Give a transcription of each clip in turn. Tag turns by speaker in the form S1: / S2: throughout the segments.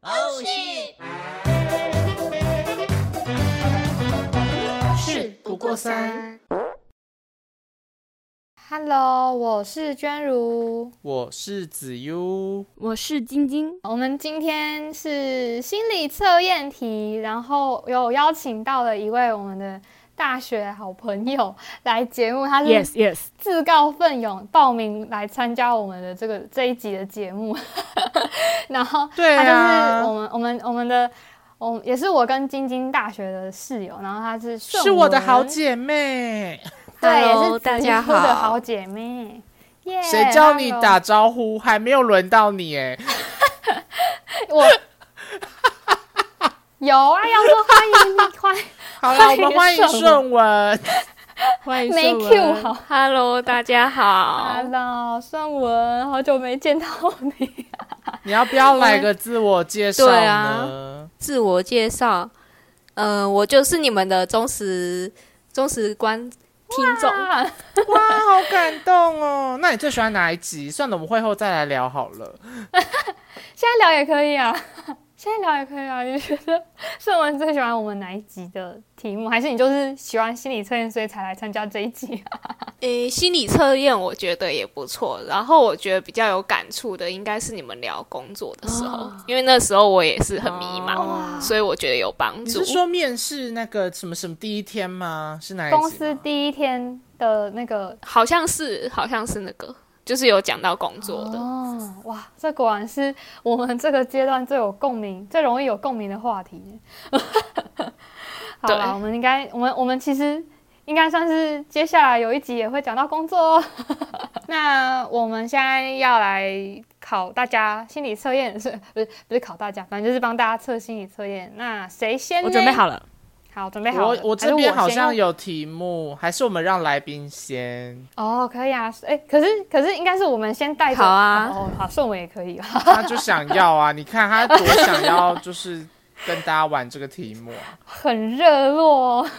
S1: Oh shit！
S2: 事不过三。
S3: Hello，我是娟如。
S1: 我是子悠，
S4: 我是晶晶，
S3: 我们今天是心理测验题，然后有邀请到了一位我们的大学好朋友来节目，他是
S4: Yes Yes，
S3: 自告奋勇报名来参加我们的这个这一集的节目， 然后
S1: 对
S3: 他
S1: 啊
S3: 就是我们我们我们的。我也是我跟晶晶大学的室友，然后她是顺
S1: 是我的
S3: 文
S1: 好姐妹。
S3: 对，也
S4: Hello，
S3: 是
S4: 大
S3: 子
S4: 家
S3: 悠的
S4: 好
S3: 好姐妹。耶
S1: 谁叫你
S3: hello
S1: 打招呼？还没有轮到你哎！
S3: 我有啊，要说欢迎你， 欢
S1: 好了，我们欢迎
S3: 顺
S1: 顺文。
S4: 欢迎
S3: 没
S4: 秀文
S3: Q 好。
S4: Hello，大家好。
S3: Hello，尚文，好久没见到你。
S1: 你要不要来个自我介绍
S4: 对
S1: 呢
S4: 啊？
S2: 自我介绍，呃，我就是你们的忠实忠实观听众。
S3: 啊
S1: 哇，好感动哦！那你最喜欢哪一集？算了，我们会后再来聊好了。
S3: 现在聊也可以啊，现在聊也可以啊。你觉得尚文最喜欢我们哪一集的题目？还是你就是喜欢心理测验，所以才来参加这一集啊？
S2: 诶，心理测验我觉得也不错，然后我觉得比较有感触的应该是你们聊工作的时候，因为那时候我也是很迷茫，所以我觉得有帮
S1: 你
S2: 助
S1: 是。说面试那个什么什么第一天吗？是哪一集吗？
S3: 公司第一天的那个
S2: 好像是，好像是那个，就是有讲到工作的。
S3: 哦，哇，这果然是我们这个阶段最有共鸣、最容易有共鸣的话题。好
S2: 对
S3: 了，我们应该，我们我们其实应该算是接下来有一集也会讲到工作哦。 那我们现在要来考大家心理测验，是不是不是考大家，反正就是帮大家测心理测验。那谁先？
S4: 我准备，好了，
S3: 好，准备好
S1: 我
S3: 了。
S1: 我
S3: 还是
S1: 这边好
S3: 先
S1: 像
S3: 要
S1: 有题目，还是我们让来宾先，
S3: 哦，可以啊。哎、可是可是应该是我们先带着。
S4: 好啊
S3: 哦，好，顺我也可以。
S1: 他就想要 啊！你看他多想要，就是跟大家玩这个题目啊、
S3: 很热络、 哦。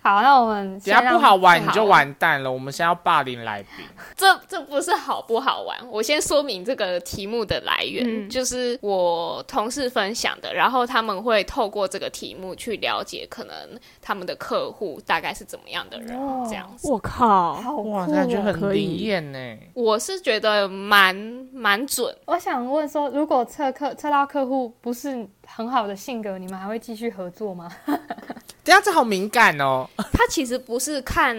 S3: 好，那我们
S1: 等一下不好玩你
S2: 好
S1: 就完蛋了。我们先要霸凌来宾，
S2: 这这不是好不好玩？我先说明这个题目的来源，
S4: 嗯
S2: 就是我同事分享的，然后他们会透过这个题目去了解可能他们的客户大概是怎么样的人，
S3: 哦
S2: 这样子。
S4: 我靠，
S3: 好酷、
S1: 哇，
S3: 哦！
S1: 感觉很
S4: 可以
S1: 灵验呢。
S2: 我是觉得蛮蛮 准，
S3: 我想问说，如果测客测到客户不是很好的性格，你们还会继续合作吗？
S1: 等一下这好敏感哦，
S2: 他其实不是看。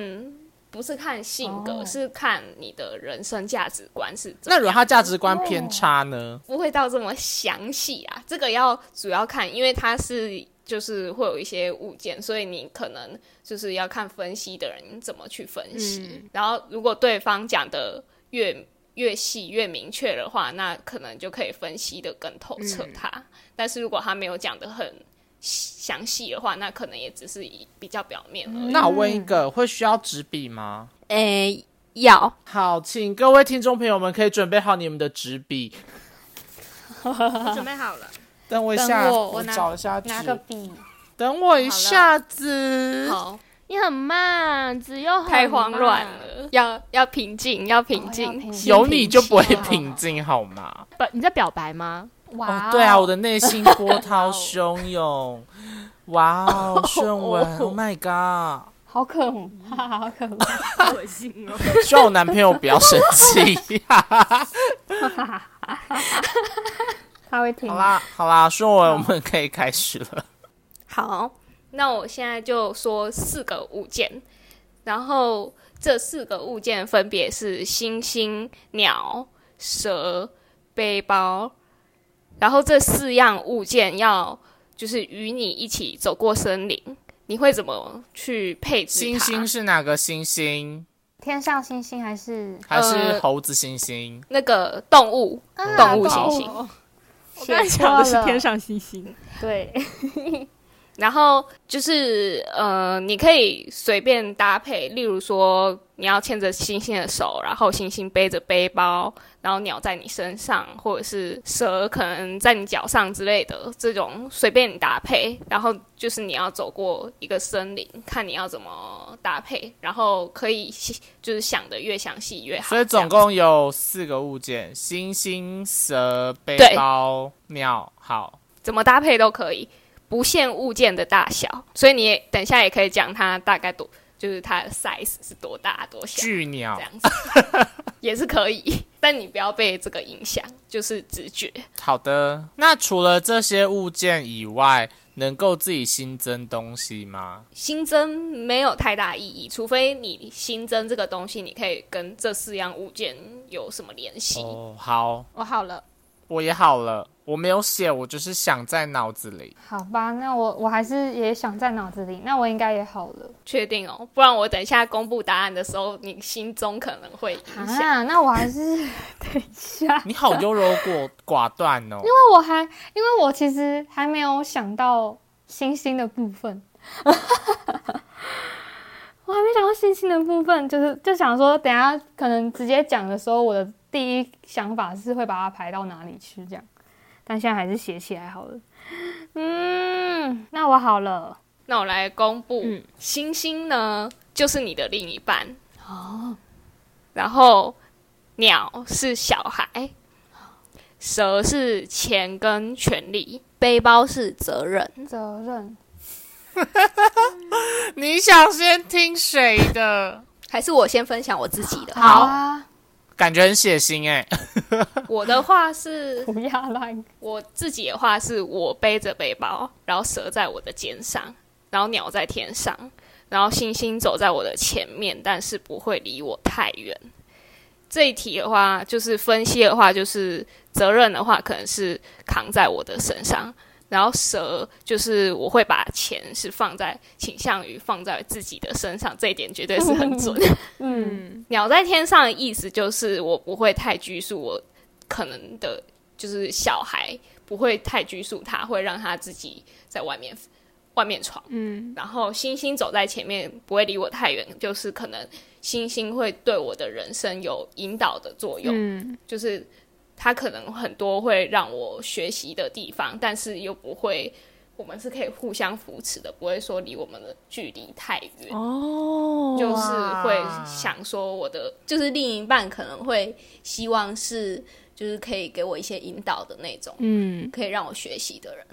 S2: 不是看性格，
S3: 哦
S2: 是看你的人生价值观是怎么
S1: 那
S2: 样。
S1: 如果他价值观偏差呢？
S2: 不会到这么详细啊，这个要主要看，因为它是就是会有一些物件，所以你可能就是要看分析的人怎么去分析。然后如果对方讲的越越细越明确的话，那可能就可以分析的更透彻它。但是如果他没有讲的很详细的话，那可能也只是以比较表面
S3: 哦
S2: 而已。
S1: 那我问一
S3: 嗯
S1: 个，会需要纸笔吗？
S4: 哎
S2: 诶、要
S1: 好，请各位听众朋友们可以准备好你们的纸笔。
S2: 准备好了。
S1: 等我一下，
S3: 等我我拿
S1: 找一下纸
S3: 拿。个笔，
S1: 等我一下子。
S2: 好，
S4: 你很慢，只要
S2: 太慌乱。了，哦要要平静，要平静，
S3: 哦要平静
S1: 有你就不会
S2: 心平气和
S1: 平静好吗？
S4: 不，你在表白吗？
S3: 哇、
S1: 哦，对啊，我的内心波涛汹涌。哇 哦，顺文，Oh my god！
S3: 好可怕， 好可怕！
S4: 恶心 哦！
S1: 希望我男朋友不要生气。
S3: 他会 听
S1: 好，啦，好啦，顺文，我们可以开始了。
S2: 好，那我现在就说四个物件，然后这四个物件分别是星星、鸟、蛇、背包，然后这四样物件要就是与你一起走过森林，你会怎么去配 置
S1: 星
S2: 它
S1: 星是哪个星星？
S3: 天上星星还是
S1: 还是
S2: 呃
S1: 猴子星星？
S2: 那个动物，
S1: 嗯
S3: 啊
S2: 动物星星。
S3: 我
S4: 我刚才想的是天，上星星，
S3: 对，
S2: 然后就是呃，你可以随便搭配，例如说你要牵着星星的手，然后星星背着背包，然后鸟在你身上，或者是蛇可能在你脚上之类的，这种随便你搭配。然后就是你要走过一个森林，看你要怎么搭配，然后可以细就是想的越详细越好。
S1: 所以
S2: 这
S1: 总
S2: 样
S1: 共有四个物件：星星、蛇、背
S2: 对
S1: 包、鸟。好，
S2: 怎么搭配都可以，不限物件的大小。所以你也等一下也可以讲它大概多，就是它的 size 是多大多小。
S1: 巨鸟
S2: 这。样子 也是可以，但你不要被这个影响，就是直觉。
S1: 好的，那除了这些物件以外，能够自己新增东西吗？
S2: 新增没有太大意义，除非你新增这个东西，你可以跟这四样物件有什么联系。
S1: 哦，好，
S3: 我好了，
S1: 我也好了，我没有写，我就是想在脑子里。
S3: 好吧，那我我还是也想在脑子里，那我应该也好了
S2: 确定哦，不然我等一下公布答案的时候，你心中可能会影响。
S3: 啊。那我还是 等一下，
S1: 你好优柔寡寡断哦，
S3: 那我还因为我其实还没有想到星星的部分，我还没想到星星的部分，就是就想说等一下可能直接讲的时候，我的第一想法是会把它排到哪里去这样，但现在还是写起来好了。嗯，那我好了。
S2: 那我来公布，
S4: 嗯
S2: 星星呢就是你的另一半哦，然后鸟是小孩，蛇是钱跟权力，背包是责任。
S3: 责任，
S1: 你想先听谁的？
S2: 还是我先分享我自己 的。
S1: 好
S3: 啊，
S1: 感觉很血腥哎、
S2: 我的话是
S3: 不要乱
S2: 我自己的话是我背着背包，然后蛇在我的肩上，然后鸟在天上，然后星星走在我的前面，但是不会离我太远。这一题的话，就是分析的话，就是责任的话，可能是扛在我的身上。然后蛇就是我会把钱是放在倾向于放在自己的身上，这一点绝对是很准。
S3: 嗯，
S4: 嗯，
S2: 鸟在天上的意思就是我不会太拘束我可能的，就是小孩不会太拘束他，会让他自己在外面外面闯。
S4: 嗯，
S2: 然后星星走在前面，不会离我太远，就是可能星星会对我的人生有引导的作用，
S4: 嗯，
S2: 就是它可能很多会让我学习的地方，但是又不会。我们是可以互相扶持的，不会说离我们的距离太远。
S4: 哦，
S2: 就是会
S1: 哇
S2: 想说我的，就是另一半可能会希望是，就是可以给我一些引导的那种，
S4: 嗯，
S2: 可以让我学习的人。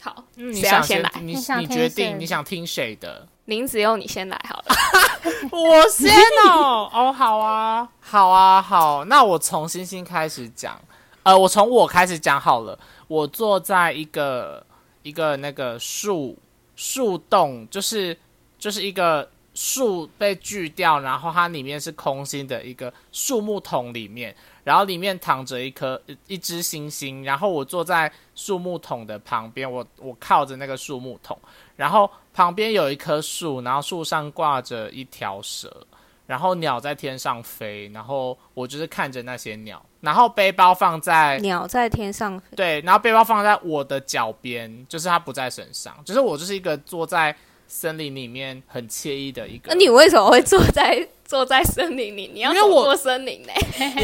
S2: 好，
S1: 嗯你
S2: 谁要
S1: 想
S2: 先来？
S1: 你
S3: 你想
S1: 你
S3: 听
S1: 决
S3: 谁
S1: 定
S3: 的
S1: 你想听谁的？
S2: 林子佑，你先来好了。
S1: 我先哦，哦，好啊，好啊，好，那我从星星开始讲，呃，我从我开始讲好了。我坐在一个一个那个树树洞，就是就是一个树被锯掉，然后它里面是空心的一个树木桶里面，然后里面躺着一颗一只星星，然后我坐在树木桶的旁边，我我靠着那个树木桶。然后旁边有一棵树，然后树上挂着一条蛇，然后鸟在天上飞，然后我就是看着那些鸟，然后背包放在
S2: 鸟在天上飞，
S1: 对，然后背包放在我的脚边，就是它不在身上，就是我就是一个坐在森林里面很惬意的一个。
S2: 那啊你为什么会坐在坐在森林里？你要
S1: 因为我
S2: 走过森林呢、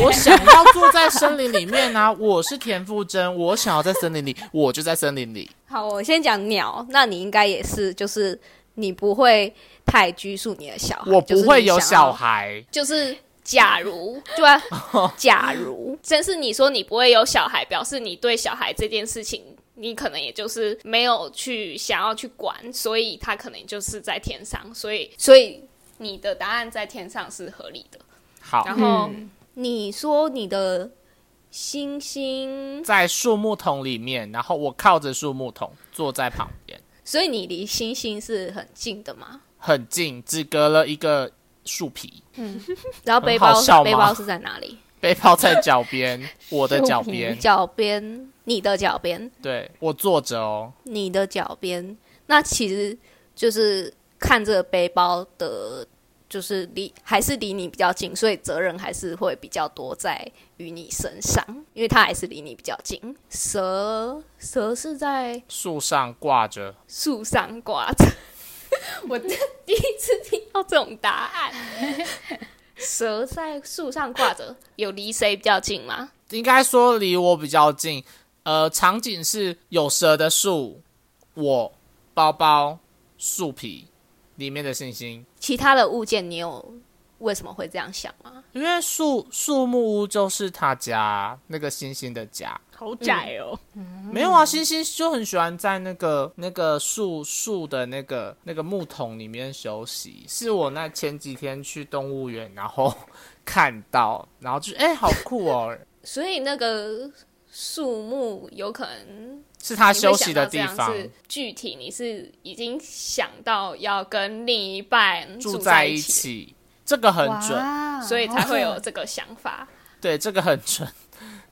S1: 我想要坐在森林里面啊， 我是田馥甄，我想要在森林里，我就在森林里。
S5: 好，我先讲鸟，那你应该也是，就是你不会太拘束你的小孩，
S2: 哦
S1: 我不会有小
S5: 孩。
S1: 孩，
S2: 就是假如，对
S5: 啊
S2: 吧、假 如，真是你说你不会有小孩，表示你对小孩这件事情，你可能也就是没有去想要去管，所以他可能就是在天上，所以所以你的答案在天上是合理的。
S5: 嗯
S1: 好，
S2: 然后、
S5: 你说你的星星，
S1: 在树木桶里面，然后我靠着树木桶坐在旁边。
S5: 所以你离星星是很近的嘛？
S1: 很近，只隔了一个树皮，
S3: 嗯
S5: 然后背
S1: 很
S5: 包
S1: 好笑吗
S5: 背包是在哪里？
S1: 背包在脚边，我的脚边，
S5: 脚边，你的脚边，
S1: 对我坐着哦，
S5: 你的脚边。那其实就是看这个背包的就是离还是离你比较近，所以责任还是会比较多在于你身上，因为它还是离你比较近。蛇蛇是在
S1: 树上挂着，
S5: 树上挂着，我这第一次听到这种答案。蛇在树上挂着，有离谁比较近吗？
S1: 应该说离我比较近。呃，场景是有蛇的树，我包包树皮里面的星星，
S5: 其他的物件，你有为什么会这样想吗？
S1: 因为树树木屋就是他家那个星星的家。
S4: 好窄哦。
S5: 嗯
S1: 没有啊，星星就很喜欢在那个那个树树的那个那个木桶里面休息。是我那前几天去动物园，然后看到，然后就哎、好酷哦，
S5: 所以那个树木有可能
S1: 是它
S5: 你会
S1: 休息
S5: 想到
S1: 的
S5: 这
S1: 地
S5: 样
S1: 方。
S5: 是
S2: 具体你是已经想到要跟另一半
S1: 住
S2: 在
S1: 在一
S2: 起，
S1: 起，这个很准，
S3: 哇，
S2: 所以才会有
S3: 好准
S2: 这个想法，
S1: 对，这个很准。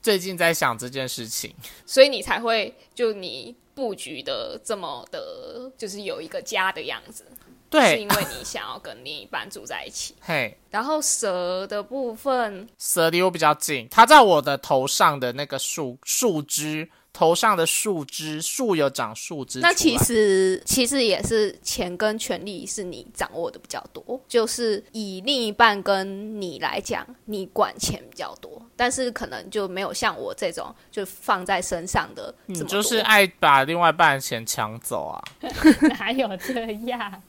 S1: 最近在想这件事情，
S2: 所以你才会就你布局的这么的，就是有一个家的样子，是
S1: 对
S2: 因，为你想要跟另一半住在一起。
S1: 嘿，
S2: 然后蛇的部分，
S1: 蛇离我比较近，它在我的头上的那个树树枝，头上的树枝，树有长树枝出来。啊嗯
S5: 那其实其实也是钱跟权力是你掌握的比较多，就是以另一半跟你来讲，你管钱比较多，但是可能就没有像我这种就放在身上的这么
S1: 你
S5: 多。
S1: 就是爱把另外一半的钱抢走啊。
S3: 哪有这样？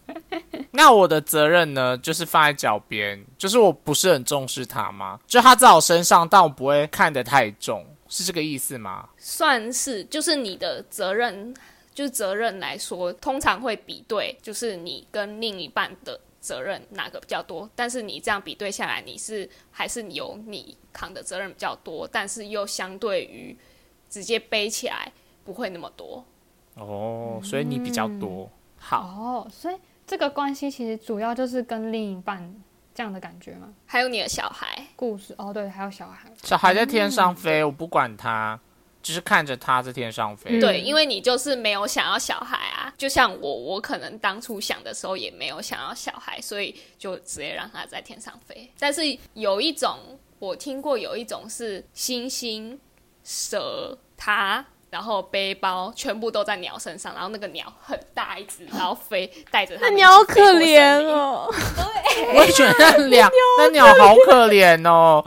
S1: 那我的责任呢，就是放在脚边，就是我不是很重视它吗？就它在我身上，但我不会看得太重，是这个意思吗？
S2: 算是就是你的责任，就是责任来说，通常会比对，就是你跟另一半的责任哪个比较多。但是你这样比对下来，你是还是有你扛的责任比较多，但是又相对于直接背起来不会那么多。
S1: 哦，所以你比较多。好，
S3: 哦，所以这个关系其实主要就是跟另一半这样的感觉嘛。
S2: 还有你的小孩，
S3: 故事哦，对，还有小孩，
S1: 小孩在天上
S2: 嗯
S1: 飞，我不管它，只是看着它在天上飞。
S3: 嗯
S2: 对，因为你就是没有想要小孩啊，就像我，我可能当初想的时候也没有想要小孩，所以就直接让它在天上飞。但是有一种我听过，有一种是星星、蛇、它，然后背包全部都在鸟身上，然后那个鸟很大一只，然后飞带着它。
S4: 那你好可怜！哦，
S1: 我也觉得那 鸟，那鸟好可怜哦。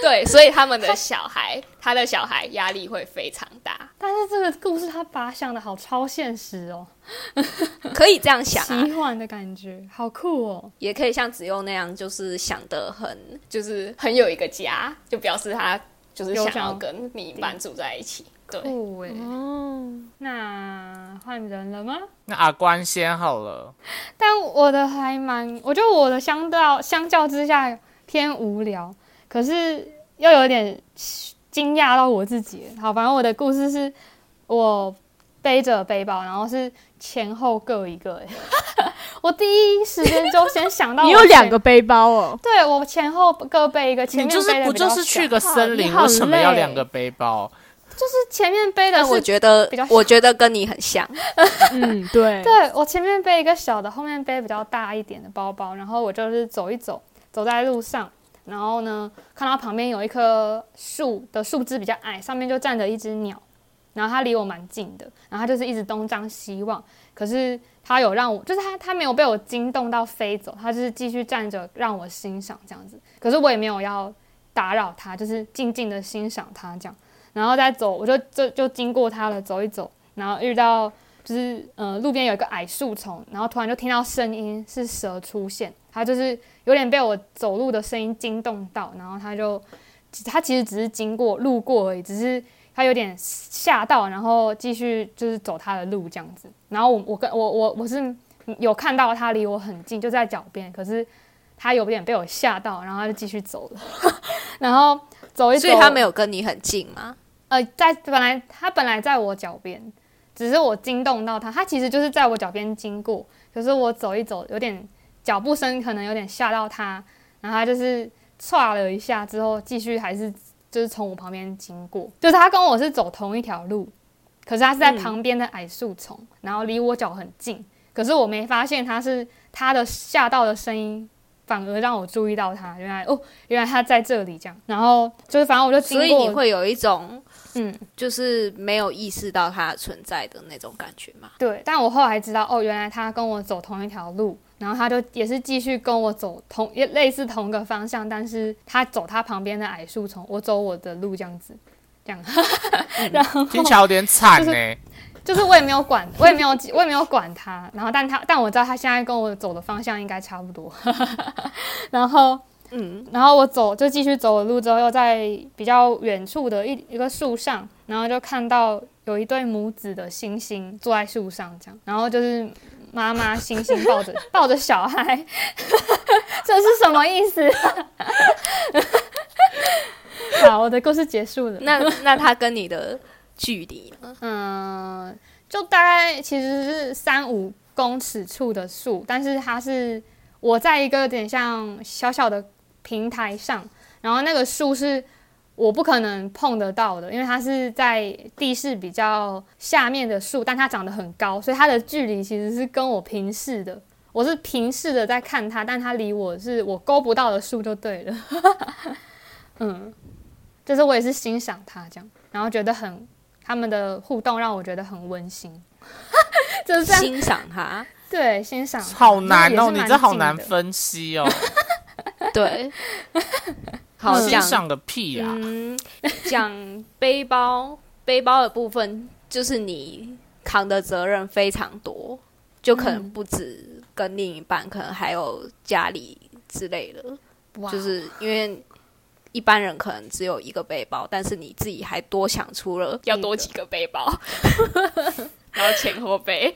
S2: 对，所以他们的小孩，他的小孩压力会非常大。
S3: 但是这个故事他把它想的好超现实哦，
S5: 可以这样想啊，
S3: 奇幻的感觉，好酷哦。
S5: 也可以像子佑那样，就是想得很
S2: 就是很有一个家，就表示他就是
S3: 有
S2: 想
S3: 想
S2: 要跟另一半住在一起。对，
S3: 酷哎，
S4: 哦，
S3: 那换人了吗？
S1: 那阿关先好了，
S3: 但我的还蛮，我觉得我的相较相较之下偏无聊，可是又有点惊讶到我自己。好，反正我的故事是我背着背包，然后是前后各一个。欸 我第一时间就先想到
S4: 你
S3: 我
S4: 有两
S3: 前
S4: 个，背包哦，
S3: 对我前后各背一个，前
S1: 你
S3: 面
S1: 就是
S3: 背的
S1: 不
S3: 比较
S1: 就是去个
S3: 小
S1: 森林，
S4: 你好
S1: 为什么要
S4: 累
S1: 两个背 包？
S3: 就是前面背的
S5: 但
S3: 是
S5: 我觉得
S3: 比较，小
S5: 我觉得跟你很像，
S4: 嗯，对，
S3: 对我前面背一个小的，后面背比较大一点的包包，然后我就是走一走，走在路上，然后呢，看到旁边有一棵树的树枝比较矮，上面就站着一只鸟，然后它离我蛮近的，然后它就是一直东张西望，可是它有让我，就是它它没有被我惊动到飞走，它就是继续站着让我欣赏这样子，可是我也没有要打扰它，就是静静的欣赏它这样，然后再走，我就就就经过它了，走一走，然后遇到。就是呃路边有一个矮树丛，然后突然就听到声音是蛇出现，它就是有点被我走路的声音惊动到，然后它就它其实只是经过路过而已，只是它有点吓到，然后继续就是走它的路这样子。然后我我跟我我我是有看到它离我很近，就在脚边，可是它有点被我吓到，然后它就继续走了， 然后走一走，
S5: 所以他没有跟你很近吗？
S3: 呃，在本来他本来在我脚边，只是我惊动到他，他其实就是在我脚边经过，可是我走一走，有点脚步声可能有点吓到他，然后他就是歘了一下之后，继续还是就是从我旁边经过，就是他跟我
S5: 嗯
S3: 是走同一条路，可是他是在旁边的矮树丛，然后离我脚很近，可可是我没发现他是他的吓到的声音，反而让我注意到他，原来哦，原来他在这里这样。然后就是反正我就经
S5: 所以
S3: 过，
S5: 你会有一种
S3: 嗯，
S5: 就是没有意识到它存在的那种感觉嘛？
S3: 对。但我后来知道，哦，原来他跟我走同一条路，然后他就也是继续跟我走同也类似同个方向，但是他走他旁边的矮树丛，我走我的路这样子，这样。然后
S1: 听起来有点惨
S3: 就
S1: 呢、
S3: 是就是我也没有管，我也没有，我也没有管他。然后，但他，但我知道他现在跟我走的方向应该差不多。 然后，
S5: 嗯，
S3: 然后我走就继续走我的路之后，又在比较远处的一一个树上，然后就看到有一对母子的猩猩坐在树上这样，然后就是妈妈猩猩抱着 抱着小孩， 这是什么意思？ 好，我的故事结束了。
S5: 那那它跟你的距离呢？
S3: 嗯，就大概其实是三五公尺处的树，但是它是我在一个有点像小小的平台上，然后那个树是我不可能碰得到的，因为它是在地势比较下面的树，但它长得很高，所以它的距离其实是跟我平视的。我是平视的在看它，但它离我是我勾不到的树就对了。 嗯，就是我也是欣赏它这样，然后觉得很他们的互动让我觉得很温馨， 就是这样
S5: 欣赏它，
S3: 对欣赏它，
S1: 好难
S3: 就是
S1: 哦，
S3: 也是
S1: 你
S3: 蛮
S1: 这好
S3: 近
S1: 难
S3: 的
S1: 分析 哦，
S5: 对，好
S1: 欣
S5: 讲
S1: 赏个屁啊！
S5: 嗯，讲背包，背包的部分就是你扛的责任非常多，就可能不止跟另一半，可能还有家里之类的。
S3: 哇
S5: 就是因为一般人可能只有一个背包，但是你自己还多想出了
S2: 要
S5: 一
S2: 多
S5: 个
S2: 几个 背包，然后前后背，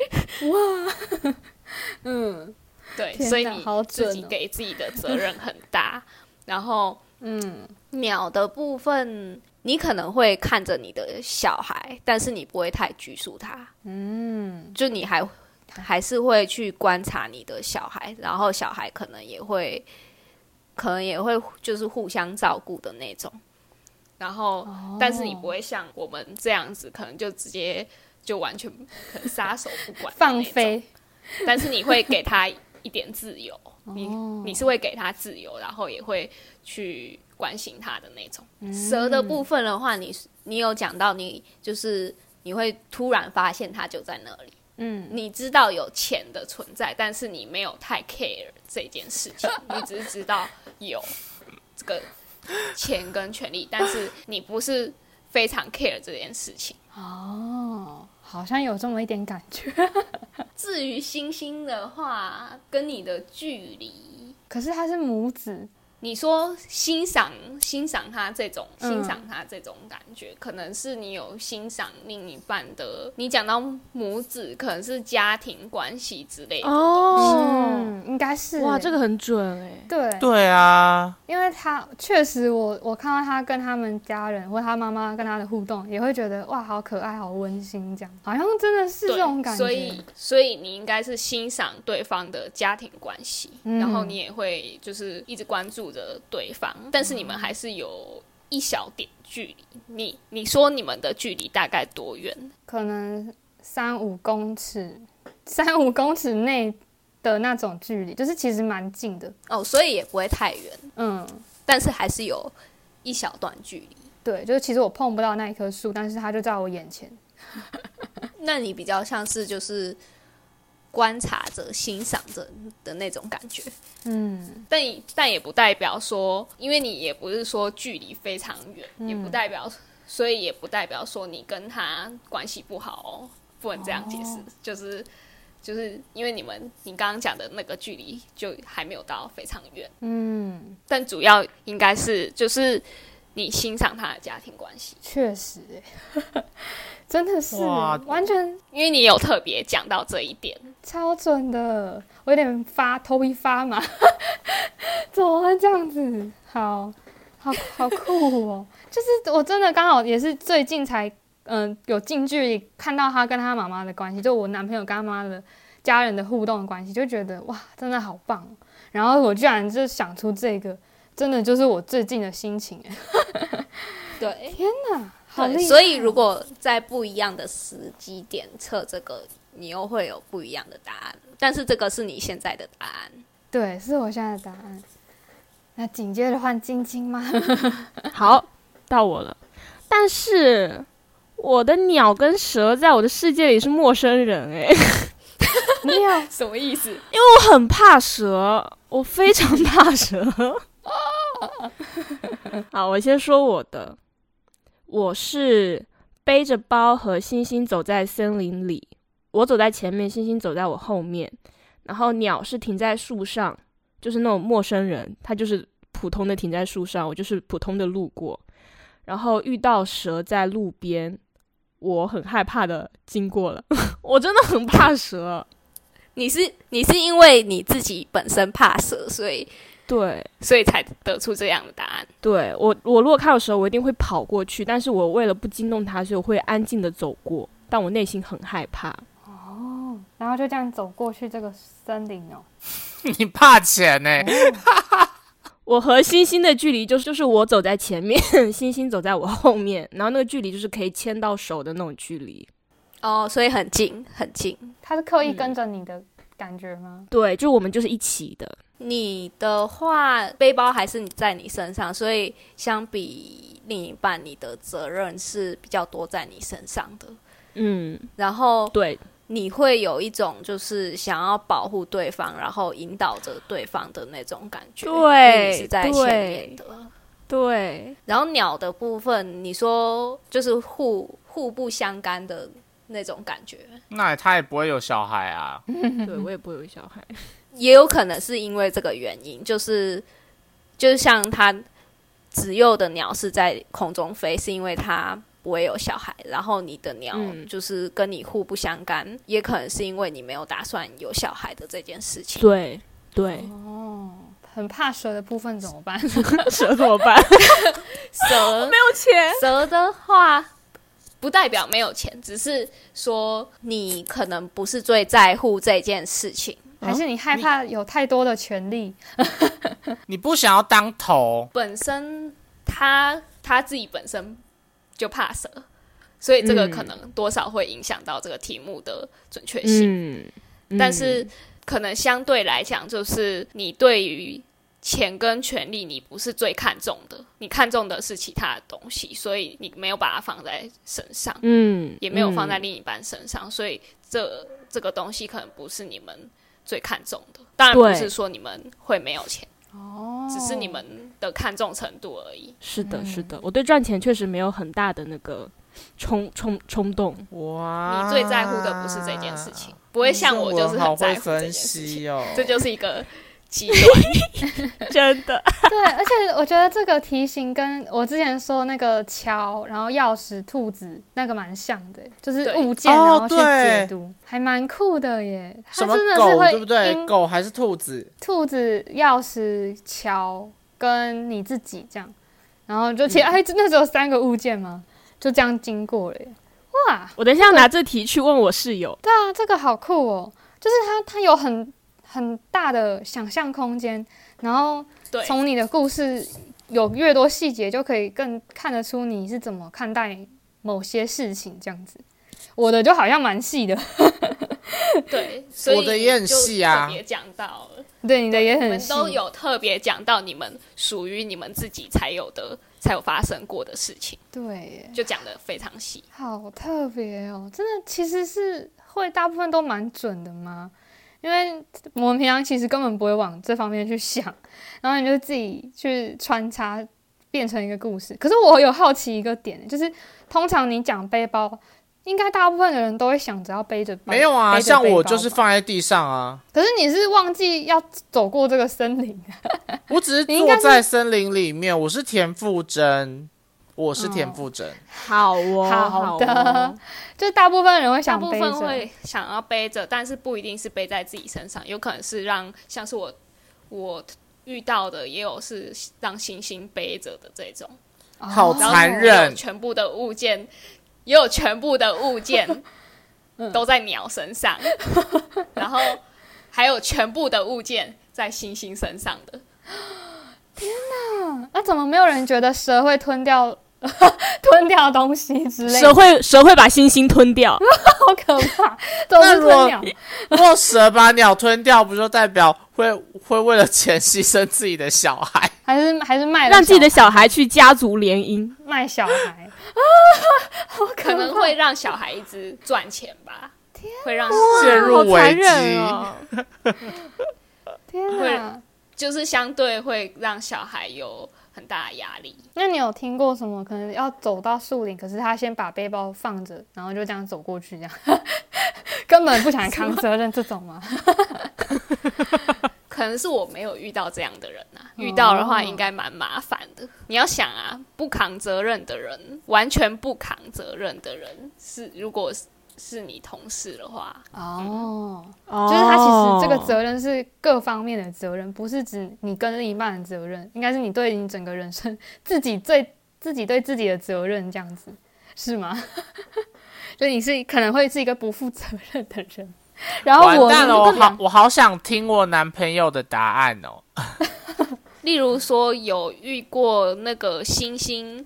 S3: 嗯
S2: 对，
S3: 天
S2: 所以
S3: 哪
S2: 你
S3: 好准
S2: 自己
S3: 哦
S2: 给自己的责任很 大，然后
S3: 嗯
S5: 鸟的部分，你可能会看着你的小孩，但是你不会太拘束他，
S3: 嗯，
S5: 就你还还是会去观察你的小孩，然后小孩可能也会，可能也会就是互相照顾的那种。
S2: 然后，
S3: 哦
S2: 但是你不会像我们这样子，可能就直接就完全可能撒手不管
S3: 放
S2: 那种，
S3: 飞，
S2: 但是你会给他一点自由，
S5: 哦
S2: 你你是会给他自由，然后也会去关心他的那种。
S5: 蛇的部分的话，你你有讲到你就是你会突然发现它就在那里。
S3: 嗯，
S5: 你
S2: 你知道有钱的存在，但是你没有太 care 这件事 情，你只是知道有这个钱跟权利，但是你不是非常 care 这件事情。
S3: 哦，好像有这么一点感觉。
S5: 至于星星的话，跟你的距离，
S3: 可是它是母子，
S2: 你说欣赏欣赏他这种
S3: 嗯
S2: 欣赏他这种感觉，可能是你有欣赏另一半的。你讲到母子，可能是家庭关系之
S4: 嗯
S2: 类的。
S4: 哦，
S3: 嗯，应该是
S4: 哇，
S3: 欸
S4: 这个很准哎，
S3: 对，
S1: 对啊，
S3: 因为他确实我，我看到他跟他们家人或他妈妈跟他的互动，也会觉得哇，好可爱，好温馨，这样好像真的是
S2: 对
S3: 这种感觉。
S2: 所以，所以你应该是欣赏对方的家庭关系，
S3: 嗯
S2: 然后你也会就是一直关注着对方，但
S3: 嗯
S2: 是你们还是有一小点距离。你你说你们的距离大概多远？
S3: 可能三五公尺， 三五公尺内的那种距离，就是其实蛮近的。
S5: 哦，所以也不会太远，
S3: 嗯，
S5: 但是还是有一小段距离。
S3: 对，就是其实我碰不到那一棵树，但是它就在我眼前。
S5: 那你比较像是就是观察着、欣赏着的那种感觉。
S3: 嗯，
S2: 但也但也不代表说，因为你也不是说距离非常远，也不代表，所以也不代表说你跟他关系不好哦，不能这样解释，就是就是因为你们你刚刚讲的那个距离就还没有到非常远，
S3: 嗯，
S2: 但主要应该是就是你欣赏他的家庭关系，
S3: 确实、欸， 真的是欸、
S1: 哇
S3: 完全
S2: 因为你有特别讲到这一点，
S3: 超准的，我有点发头皮发麻， 怎么会这样子？好好好酷哦！就是我真的刚好也是最近才嗯、有近距离看到他跟他妈妈的关系，就我男朋友跟他妈的家人的互动的关系，就觉得哇，真的好棒哦、然后我居然就想出这个，真的就是我最近的心情哎，
S5: 对，
S3: 好厉害！哦
S5: 所以如果在不一样的时机点测这个你又会有不一样的答案。但是这个是你现在的答案，
S3: 对，是我现在的答案。那紧接着换晶晶吗？
S4: 好，到我了。但是我的鸟跟蛇在我的世界里是陌生人哎、
S3: 没有，
S2: 什么意思？
S4: 我很怕蛇，我非常怕蛇。 好，我先说我的，我是背着包和星星走在森林里，我走在前面，星星走在我后面，然后鸟是停在树上，就是那种陌生人，它就是普通的停在树上，我就是普通的路过，然后遇到蛇在路边，我很害怕的经过了， 我真的很怕蛇，
S5: 你是你是因为你自己本身怕蛇，所以
S4: 对。
S2: 所以才得出这样的答案。
S4: 对我，我如果看到蛇，我一定会跑过去，但是我为了不惊动它，所以我会安静的走过，但我内心很害怕。
S3: 然后就这样走过去这个森林哦。
S1: 你怕钱呢、
S4: 我和星星的距离就是，就是我走在前面， 星星走在我后面，然后那个距离就是可以牵到手的那种距离。
S5: 哦，所以很近很近。
S3: 他是刻意跟着你的感觉吗？
S4: 对，就我们就是一起的。
S5: 你的话，背包还是你在你身上，所以相比另一半，你的责任是比较多在你身上的。
S4: 嗯，
S5: 然后
S4: 对，
S5: 你会有一种就是想要保护对方，然后引导着对方的那种感觉，
S4: 对
S5: 因为你是在前面的。
S4: 对，
S5: 然后鸟的部分，你说就是互互不相干的那种感觉，
S1: 那他也不会有小孩啊。
S4: 对我也不会有小孩。
S5: 也有可能是因为这个原因，就是就是像它子幼的鸟是在空中飞，是因为它不会有小孩，然后你的鸟
S4: 嗯
S5: 就是跟你互不相干，也可能是因为你没有打算有小孩的这件事情。
S4: 对对，哦
S3: 很怕蛇的部分怎么办？
S4: 蛇怎么办？
S5: 蛇
S4: 没有钱。
S5: 蛇的话，
S2: 不代表没有钱，只是说
S5: 你可能不是最在乎这件事情。
S3: 还是你害怕有太多的权利？
S1: 你不想要当头，
S2: 本身他他自己本身就怕蛇，所以这个
S4: 嗯
S2: 可能多少会影响到这个题目的准确性。
S4: 嗯，
S2: 但是可能相对来讲，就是你对于钱跟权力，你不是最看重的，你看重的是其他的东西，所以你没有把它放在身上，
S4: 嗯，
S2: 也没有放在
S4: 嗯
S2: 另一半身上，所以这这个东西可能不是你们最看重的。当然
S4: 对
S2: 不是说你们会没有钱，
S3: 哦
S2: 只是你们的看重程度而已。
S4: 是的，是的，我对赚钱确实没有很大的那个冲冲冲动。
S1: 哇！
S2: 你最在乎的不是这件事情，不会像我就是
S1: 好会
S2: 很在乎这件
S1: 分
S2: 事情。
S1: 析哦。
S2: 这就是一个极 端，
S4: 真的，
S3: 对，而且我觉得这个题型跟我之前说那个桥，然后钥匙、兔子那个蛮像的，就是
S2: 对
S3: 物件
S1: 哦
S3: 然后去解
S1: 对
S3: 读，还蛮酷的耶。它
S1: 什么
S3: 真的是
S1: 狗
S3: 会
S1: 对不对？
S3: 因
S1: 狗还是兔子？
S3: 兔子、钥匙、桥跟你自己这样，然后就
S2: 嗯
S3: 其实、哎，那时候三个物件嘛，就这样经过了耶。哇，
S4: 我等一下拿这题去问我室友。
S3: 对啊，这个好酷哦！就是它，它有很很大的想象空间，然后
S2: 对，
S3: 从你的故事有越多细节，就可以更看得出你是怎么看待某些事情这样子。我的就好像蛮细的，
S2: 对，所以
S1: 我的也很
S2: 就
S1: 细啊
S2: 特别讲到了，
S3: 对你的也
S2: 我
S3: 很
S2: 们
S3: 细，
S2: 都有特别讲到你们属于你们自己才有的、才有发生过的事情，
S3: 对耶，
S2: 就讲的非常细。
S3: 好特别哦！真的其实是会大部分都蛮准的吗？因为我们平常其实根本不会往这方面去想，然后你就自己去穿插变成一个故事。可是我有好奇一个点，就是通常你讲背包，应该大部分的人都会想着要背着包，
S1: 没有啊，
S3: 背着
S1: 像
S3: 背包
S1: 我
S3: 吧
S1: 就是放在地上啊，
S3: 可是你是忘记要走过这个森林，
S1: 我只是
S3: 你应该
S1: 坐
S3: 是
S1: 在森林里面。我是田馥甄，我
S3: 嗯
S1: 是田馥甄。
S4: 好哦
S3: 好的就大部分人会
S2: 大
S3: 想
S2: 部
S3: 背
S2: 分
S3: 着。
S2: 会想要背着，但是不一定是背在自己身上，有可能是让像是我我遇到的，也有是让星星背着的这种，
S1: 好
S3: 哦
S1: 残
S2: 也有
S1: 忍，
S2: 全部的物件，也有全部的物件 都在鸟身 上，然后还有全部的物件在星星身上的。
S3: 那、怎么没有人觉得蛇会吞掉 吞掉东西之类
S4: 蛇
S3: 的，
S4: 会蛇会把星星吞掉，
S3: 好可 怕，都
S1: 那
S3: 是
S1: 如果
S3: 吞鸟。
S1: 如果蛇把鸟吞掉，不就代表会会为了钱 牺牲自己的小孩？
S3: 还是还是卖了
S4: 让自己的小孩去家族联 姻。
S3: 卖小孩，
S2: 可能会让小孩子赚钱吧，会让
S3: 啊
S1: 陷入
S4: 好
S1: 危
S4: 残
S1: 机。
S4: 忍哦！
S3: 天哪！
S2: 就是相对会让小孩有很大的压力。
S3: 那你有听过什么？可能要走到树林，可是他先把背包放着，然后就这样走过去，这样 根本不想扛责任这种吗？
S2: 可能是我没有遇到这样的人啊，遇到的话应该蛮麻烦的。你要想啊，不扛责任的人，完全不扛责任的人，是如果是是你同事的话，
S3: 哦，
S4: 就
S3: 就是他其实这个责任是各方面的责任，不是指你跟另一半的责任，应该是你对你整个人生自己最自己对自己的责任这样子，是吗？ 就你是可能会是一个不负责任的人，然后
S1: 完
S3: 我
S1: 蛋了，我
S3: 我
S1: 好我好想听我男朋友的答案哦。
S2: 例如说有遇过那个星星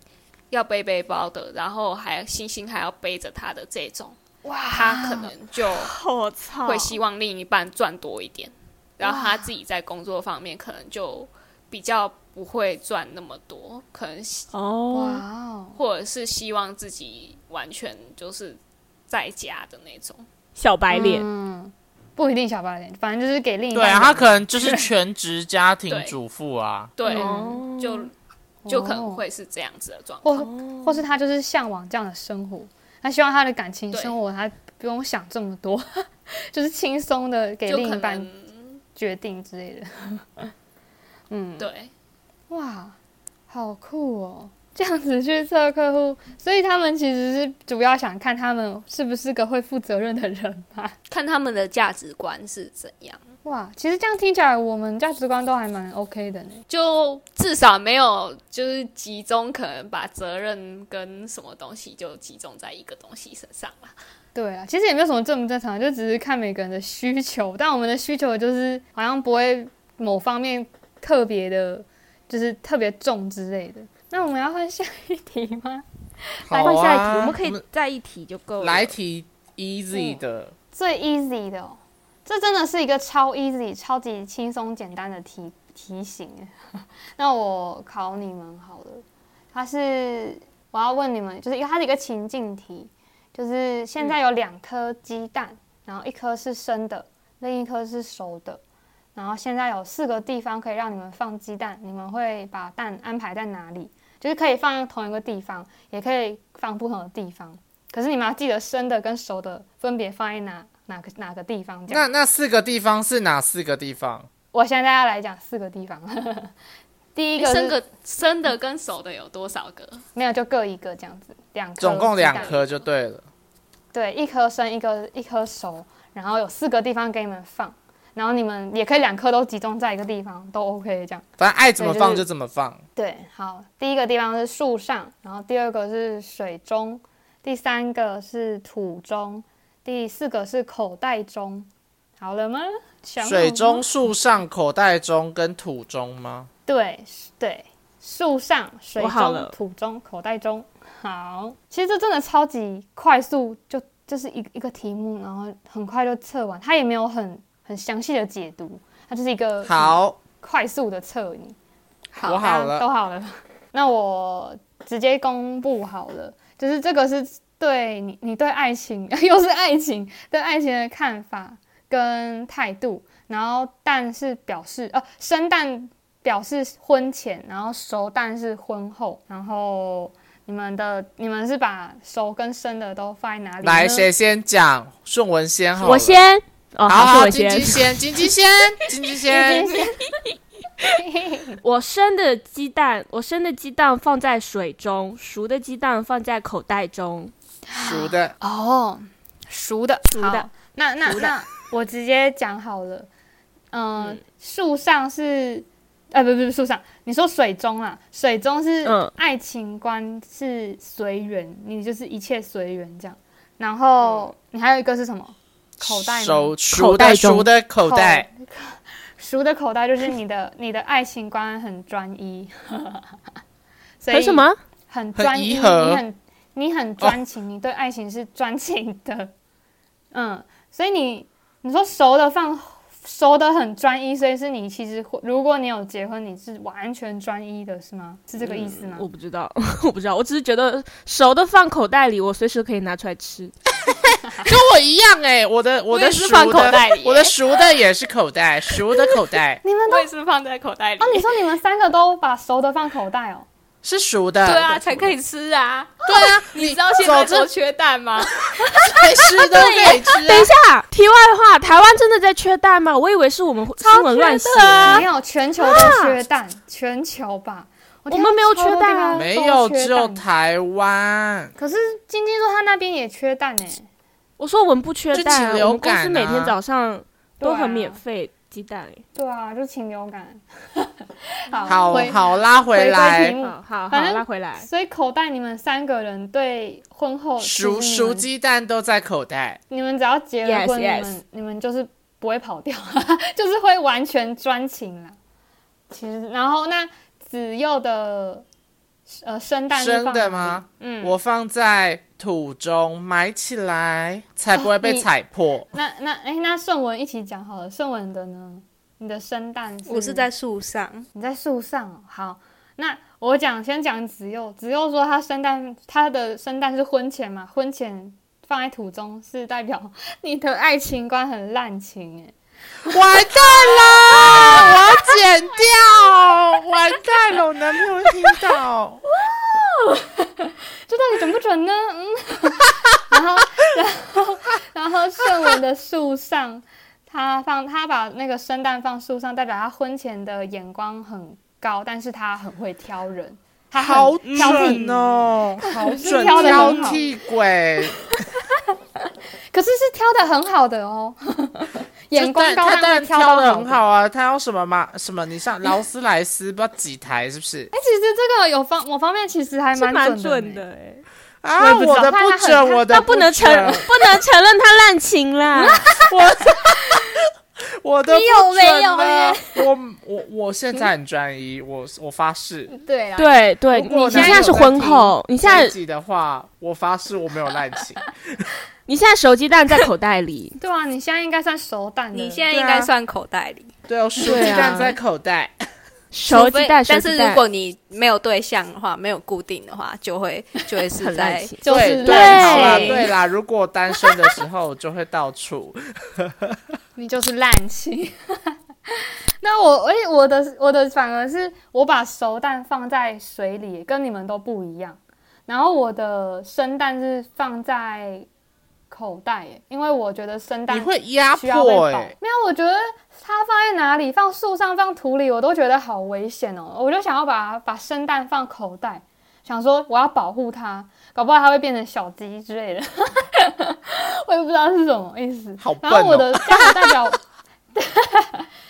S2: 要背背包的，然后还星星还要背着他的这种，
S3: 哇，
S2: 他可能就
S4: 我操，
S2: 会希望另一半赚多一点，然后他自己在工作方面可能就比较不会赚那么多，可能
S3: 哇
S4: 哦，
S3: 哦，
S2: 或者是希望自己完全就是在家的那种。
S4: 小白脸，
S3: 嗯，不一定小白脸，反正就是给另一半
S1: 对啊，
S3: 养
S1: 他可能就是全职家庭
S2: 对
S1: 主妇啊。
S2: 对，
S4: 哦
S2: 就就可能
S3: 哦
S2: 会是这样子的状况。
S3: 或或是他就是向往这样的生活，他希望他的感情
S2: 对
S3: 生活他不用想这么多， 就是轻松的给
S2: 就
S3: 另
S2: 可
S3: 一半
S2: 能
S3: 决定之 类的。嗯，
S2: 对，
S3: 哇，好酷哦！这样子去测客户，所以他们其实是主要想看他们是不是个会负责任的人吧。
S5: 看他们的价值观是怎样。
S3: 哇，其实这样听起来，我们价值观都还蛮 OK 的呢。
S2: 就至少没有就是集中，可能把责任跟什么东西就集中在一个东西身上啦。
S3: 对啊，其实也没有什么正不正常，就只是看每个人的需求。但我们的需求就是好像不会某方面特别的，就是特别重之类的。那我们要换下一题吗？
S1: 好
S4: 换下一
S1: 啊，嗯
S4: 题，我们可以再一题就够了。
S1: 来题
S3: 嗯
S1: easy 的。
S3: 最 easy 的、哦，这真的是一个超 easy、超级轻松简单的题题型耶。 那我考你们好了，它是我要问你们，就是因为它是一个情境题，就是现在有两颗鸡蛋，然后一颗是生的，另一颗是熟的，然后现在有四个地方可以让你们放鸡蛋，你们会把蛋安排在哪里？就是可以放同一个地方，也可以放不同的地方。可是你们要记得生的跟熟的分别放在哪哪个哪个地方。这
S1: 那
S3: 样，
S1: 那四个地方是哪四个地方？
S3: 我现在要来讲四个地方。 第一
S2: 一
S3: 个
S2: 哎生
S3: 是
S2: 个生的跟熟的有多少个？
S3: 没有，就各一个这样子，两颗
S1: 总共两
S3: 鸡蛋
S1: 颗就对了。
S3: 对，一颗生，一颗一颗熟，然后有四个地方给你们放，然后你们也可以两颗都集中在一个地方，都 OK 这样。
S1: 反正爱怎么放
S3: 对就
S1: 就是怎么放。
S3: 对，好，第一个地方是树上，然后第二个是水中，第三个是土中，第四个是口袋中。好了吗？想好
S1: 水
S3: 了
S1: 中、
S3: 吗
S1: 树上、口袋中跟土中吗？
S3: 对对，树上、水
S4: 我好
S3: 中
S4: 了、
S3: 土中、口袋中。好，其实这真的超级快速，就就是一一个题目，然后很快就测完，它也没有很很详细的解读，它就是一个
S1: 好，
S3: 快速的测你。
S1: 我 好
S3: 大家
S1: 了。
S3: 啊都好了。 那我直接公布好了，就是这个是对你，你对爱情 又是爱情对爱情的看法跟态度，然后蛋是表示呃生蛋表示婚前，然后熟蛋是婚后，然后你们的你们是把熟跟生的都放在哪里呢？
S1: 来，谁先讲？顺文先好了。
S4: 我先，哦，
S1: 好。
S4: 是
S1: 好，
S4: 我
S1: 金
S4: 先
S1: 鸡。先，金鸡先，金鸡
S3: 先
S1: 先。
S4: 我生的鸡蛋，我生的鸡蛋放在水中，熟的鸡蛋放在口袋中。
S1: 熟的，
S3: 哦，熟的，
S4: 熟的
S3: 好。那那那，我直接讲好了。嗯，树上是，呃，不不不，树上，你说水中啊，水中是
S4: 嗯
S3: 爱情观是随缘，你就是一切随缘这样。然后
S4: 嗯
S3: 你还有一个是什么？口袋吗
S1: 熟
S4: 口
S1: 熟
S4: 袋
S1: 的
S4: 中
S1: 熟的口袋。
S3: 熟的 口袋就是你的 你的爱情观很专一，所以
S4: 和什么？
S1: 很
S3: 很专
S1: 怡
S3: 一，你
S1: 和
S3: 很你很专情，你对爱情是专情的，嗯，所以你你说熟的放熟的很专一，所以是你其实会如果你有结婚，你是完全专一的，是吗？是这个意思吗？
S4: 我不知道，我不知道，我只是觉得熟的放口袋里，我随时可以拿出来吃。
S1: 跟我一样哎、我的我的
S2: 也是
S1: 熟
S2: 放
S1: 的
S2: 口袋里
S1: 我的熟的也是口袋，熟的口袋
S3: 你们都
S2: 我也是放在口袋里。
S3: 哦，你说你们三个都把熟的放口袋哦，
S1: 是熟的，
S2: 对啊，才可以吃啊！
S1: 对啊，你
S2: 你知道现在
S1: 走这
S2: 多缺蛋吗？
S1: 随时都 可以吃、
S4: 等一
S1: 啊。
S4: 下，题外话，台湾真的在缺蛋吗？我以为是我们新闻乱写，
S3: 没有全球都缺蛋，全球吧，我听
S4: 我们没有
S3: 超多
S4: 缺蛋
S3: 地方
S4: 啊
S3: 都
S1: 没有，
S3: 缺
S1: 只有
S3: 蛋
S1: 台湾。
S3: 可是晶晶说她那边也缺蛋哎、
S4: 我说我们不缺
S1: 就
S4: 蛋，
S1: 禽流
S4: 我们公司
S1: 感啊
S4: 每天早上都
S3: 对啊
S4: 很免费鸡蛋、欸。
S3: 对啊，就禽流感。 好
S1: 好
S3: 回
S1: 好拉回
S3: 回归
S1: 来，
S3: 题
S4: 欸好好好，
S3: 反正
S4: 拉回来。
S3: 所以口袋你们三个人对婚后其实
S1: 熟
S3: 你们
S1: 熟鸡蛋都在口袋。
S3: 你们只要结了
S4: Yes,
S3: 婚
S4: yes.
S3: 你们你们就是不会跑掉， 就是会完全专情啦。其实，然后那子佑的呃生蛋是
S1: 生
S3: 放
S1: 的
S3: 哪里？
S1: 吗？
S3: 嗯，
S1: 我放在土中埋起来，才不会被
S3: 你
S1: 踩破。
S3: 那那哎、那顺文一起讲好了。顺文的呢？你的生蛋是
S5: 我是在树
S4: 嗯
S5: 上，
S3: 你在树上、哦。好，那我讲先讲子佑。子佑说他生蛋，他的生蛋是婚前嘛，婚前放在土中是代表你的爱情观很滥情哎。
S1: 完蛋了，我要剪掉，完蛋了，我男朋友听到。
S3: 这到底准不准呢？嗯， 然后，然后，然后顺文的树上，他放他把那个生蛋放树上，代表他婚前的眼光很高，但是他很会挑人，他 很
S1: 好
S3: 挑剔
S1: 准哦，好准，
S3: 挑得
S1: 挑
S3: 很好
S1: 剔鬼，
S3: 可是是挑的很好 的哦，眼光高
S1: 他当
S3: 但
S1: 然
S3: 是
S1: 挑
S3: 的
S1: 的很好。啊，他要什么嘛什么？你像劳斯莱斯不知道几台是不是？
S3: 哎，其实这个有方某方面其实还
S4: 是蛮
S3: 准
S4: 准
S3: 呢。
S4: 的、欸，
S1: 啊，
S3: 我也不知道
S1: 我的
S3: 他
S1: 不
S3: 他很
S1: 准，我的
S4: 不能承
S1: 准，
S4: 不能承认他滥情啦。
S1: 我的
S5: 你有没有
S1: 呢？我我我现在很专一，我我发誓，
S3: 对啦，，
S1: 啊
S4: 对对，
S1: 如果
S4: 你
S1: 男
S4: 现在
S1: 友
S4: 是
S1: 在
S4: 婚
S1: 听
S4: 后，你现
S1: 自
S4: 在
S1: 己的话，我发誓我没有滥 情。
S4: 你现在熟鸡蛋在口袋里
S3: 对啊，你现在应该算熟蛋的。
S5: 你现在
S1: 对啊
S5: 应该算口袋里。
S1: 对哦，熟鸡蛋在口袋，
S4: 熟
S5: 除非
S4: 鸡蛋，
S5: 但
S4: 熟鸡
S5: 是
S4: 蛋
S5: 如果你没有对象的话，没有固定的话，就会就会是
S4: 很滥
S5: 在
S4: 情。
S3: 就是
S1: 对对，好啦
S3: 滥
S1: 对
S3: 情，
S1: 啦，如果单身的时候，我就会到处。
S3: 你就是滥情。 那我哎，我的我的反而是我把熟蛋放在水里，跟你们都不一样。然后我的生蛋是放在口袋耶，因为我觉得生蛋
S1: 你会压
S3: 需要被
S1: 迫哎、
S3: 保没有，我觉得它放在哪里，放树上，放土里，我都觉得好危险哦。我就想要把它把生蛋放口袋，想说我要保护它，搞不好它会变成小鸡之类的。 我也不知道是什么意思。
S1: 好笨
S3: 然
S1: 哦
S3: 后我的这样代表， 就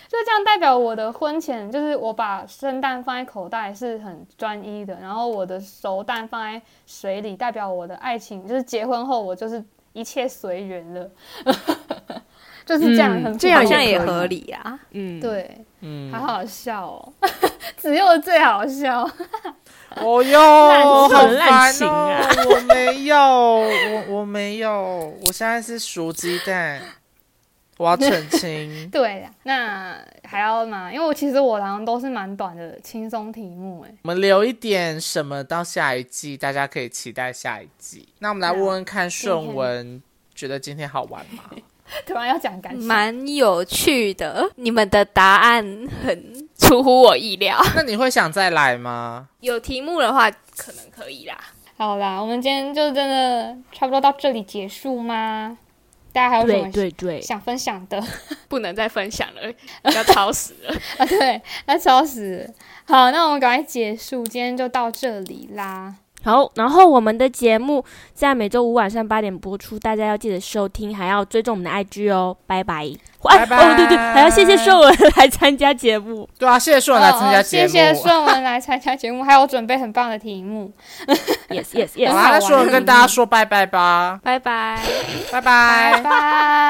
S3: 这样代表我的婚前就是我把生蛋放在口袋是很专一的，然后我的熟蛋放在水里，代表我的爱情就是结婚后我就是一切随缘了， 就是这样，
S4: 嗯
S3: 很
S4: 这样
S5: 好
S3: 符合
S5: 像
S4: 也
S5: 也
S4: 可以
S5: 合理啊，
S4: 嗯，
S3: 对，
S1: 嗯
S3: 好好笑哦， 只有最好笑。
S1: 哦哟，
S4: 烂
S1: 好
S4: 很
S1: 烦
S4: 滥情
S1: 哦！
S4: 啊
S1: 我没有，我我没有，我现在是熟鸡蛋，我要澄清。
S3: 对啦，那还要吗？因为我其实我好像都是蛮短的轻松题目，哎，
S1: 我们留一点什么到下一季，大家可以期待下一季。那我们来问问看顺文，觉得今天好玩吗？
S3: 突然要讲感想，
S5: 蛮有趣的。你们的答案很
S2: 出乎我意料，
S1: 那你会想再来吗？
S5: 有题目的话，
S2: 可能可以啦。
S3: 好啦，我们今天就真的差不多到这里结束吗？大家还有什
S4: 对
S3: 么
S4: 对对，
S3: 想分享的
S2: 不能再分享了，要超时 了。
S3: 啊？对，那超死了。好，那我们赶快结束，今天就到这里啦。
S4: 好，然后我们的节目在每周五晚上八点播出，大家要记得收听，还要追踪我们的 IG 哦，拜拜。
S1: 拜拜
S4: 哦，对对，还要谢谢顺文来参加节目，
S1: 对啊，谢谢顺文来参
S3: 哦
S1: 加
S3: 哦
S1: 节目。
S3: 谢谢顺文来参加节目，还有准备很棒的题目。
S4: yes yes
S1: 好啊啦，
S4: yes，
S1: 那顺文跟大家说拜拜吧，
S5: 拜拜。
S1: 拜拜
S3: 拜。拜。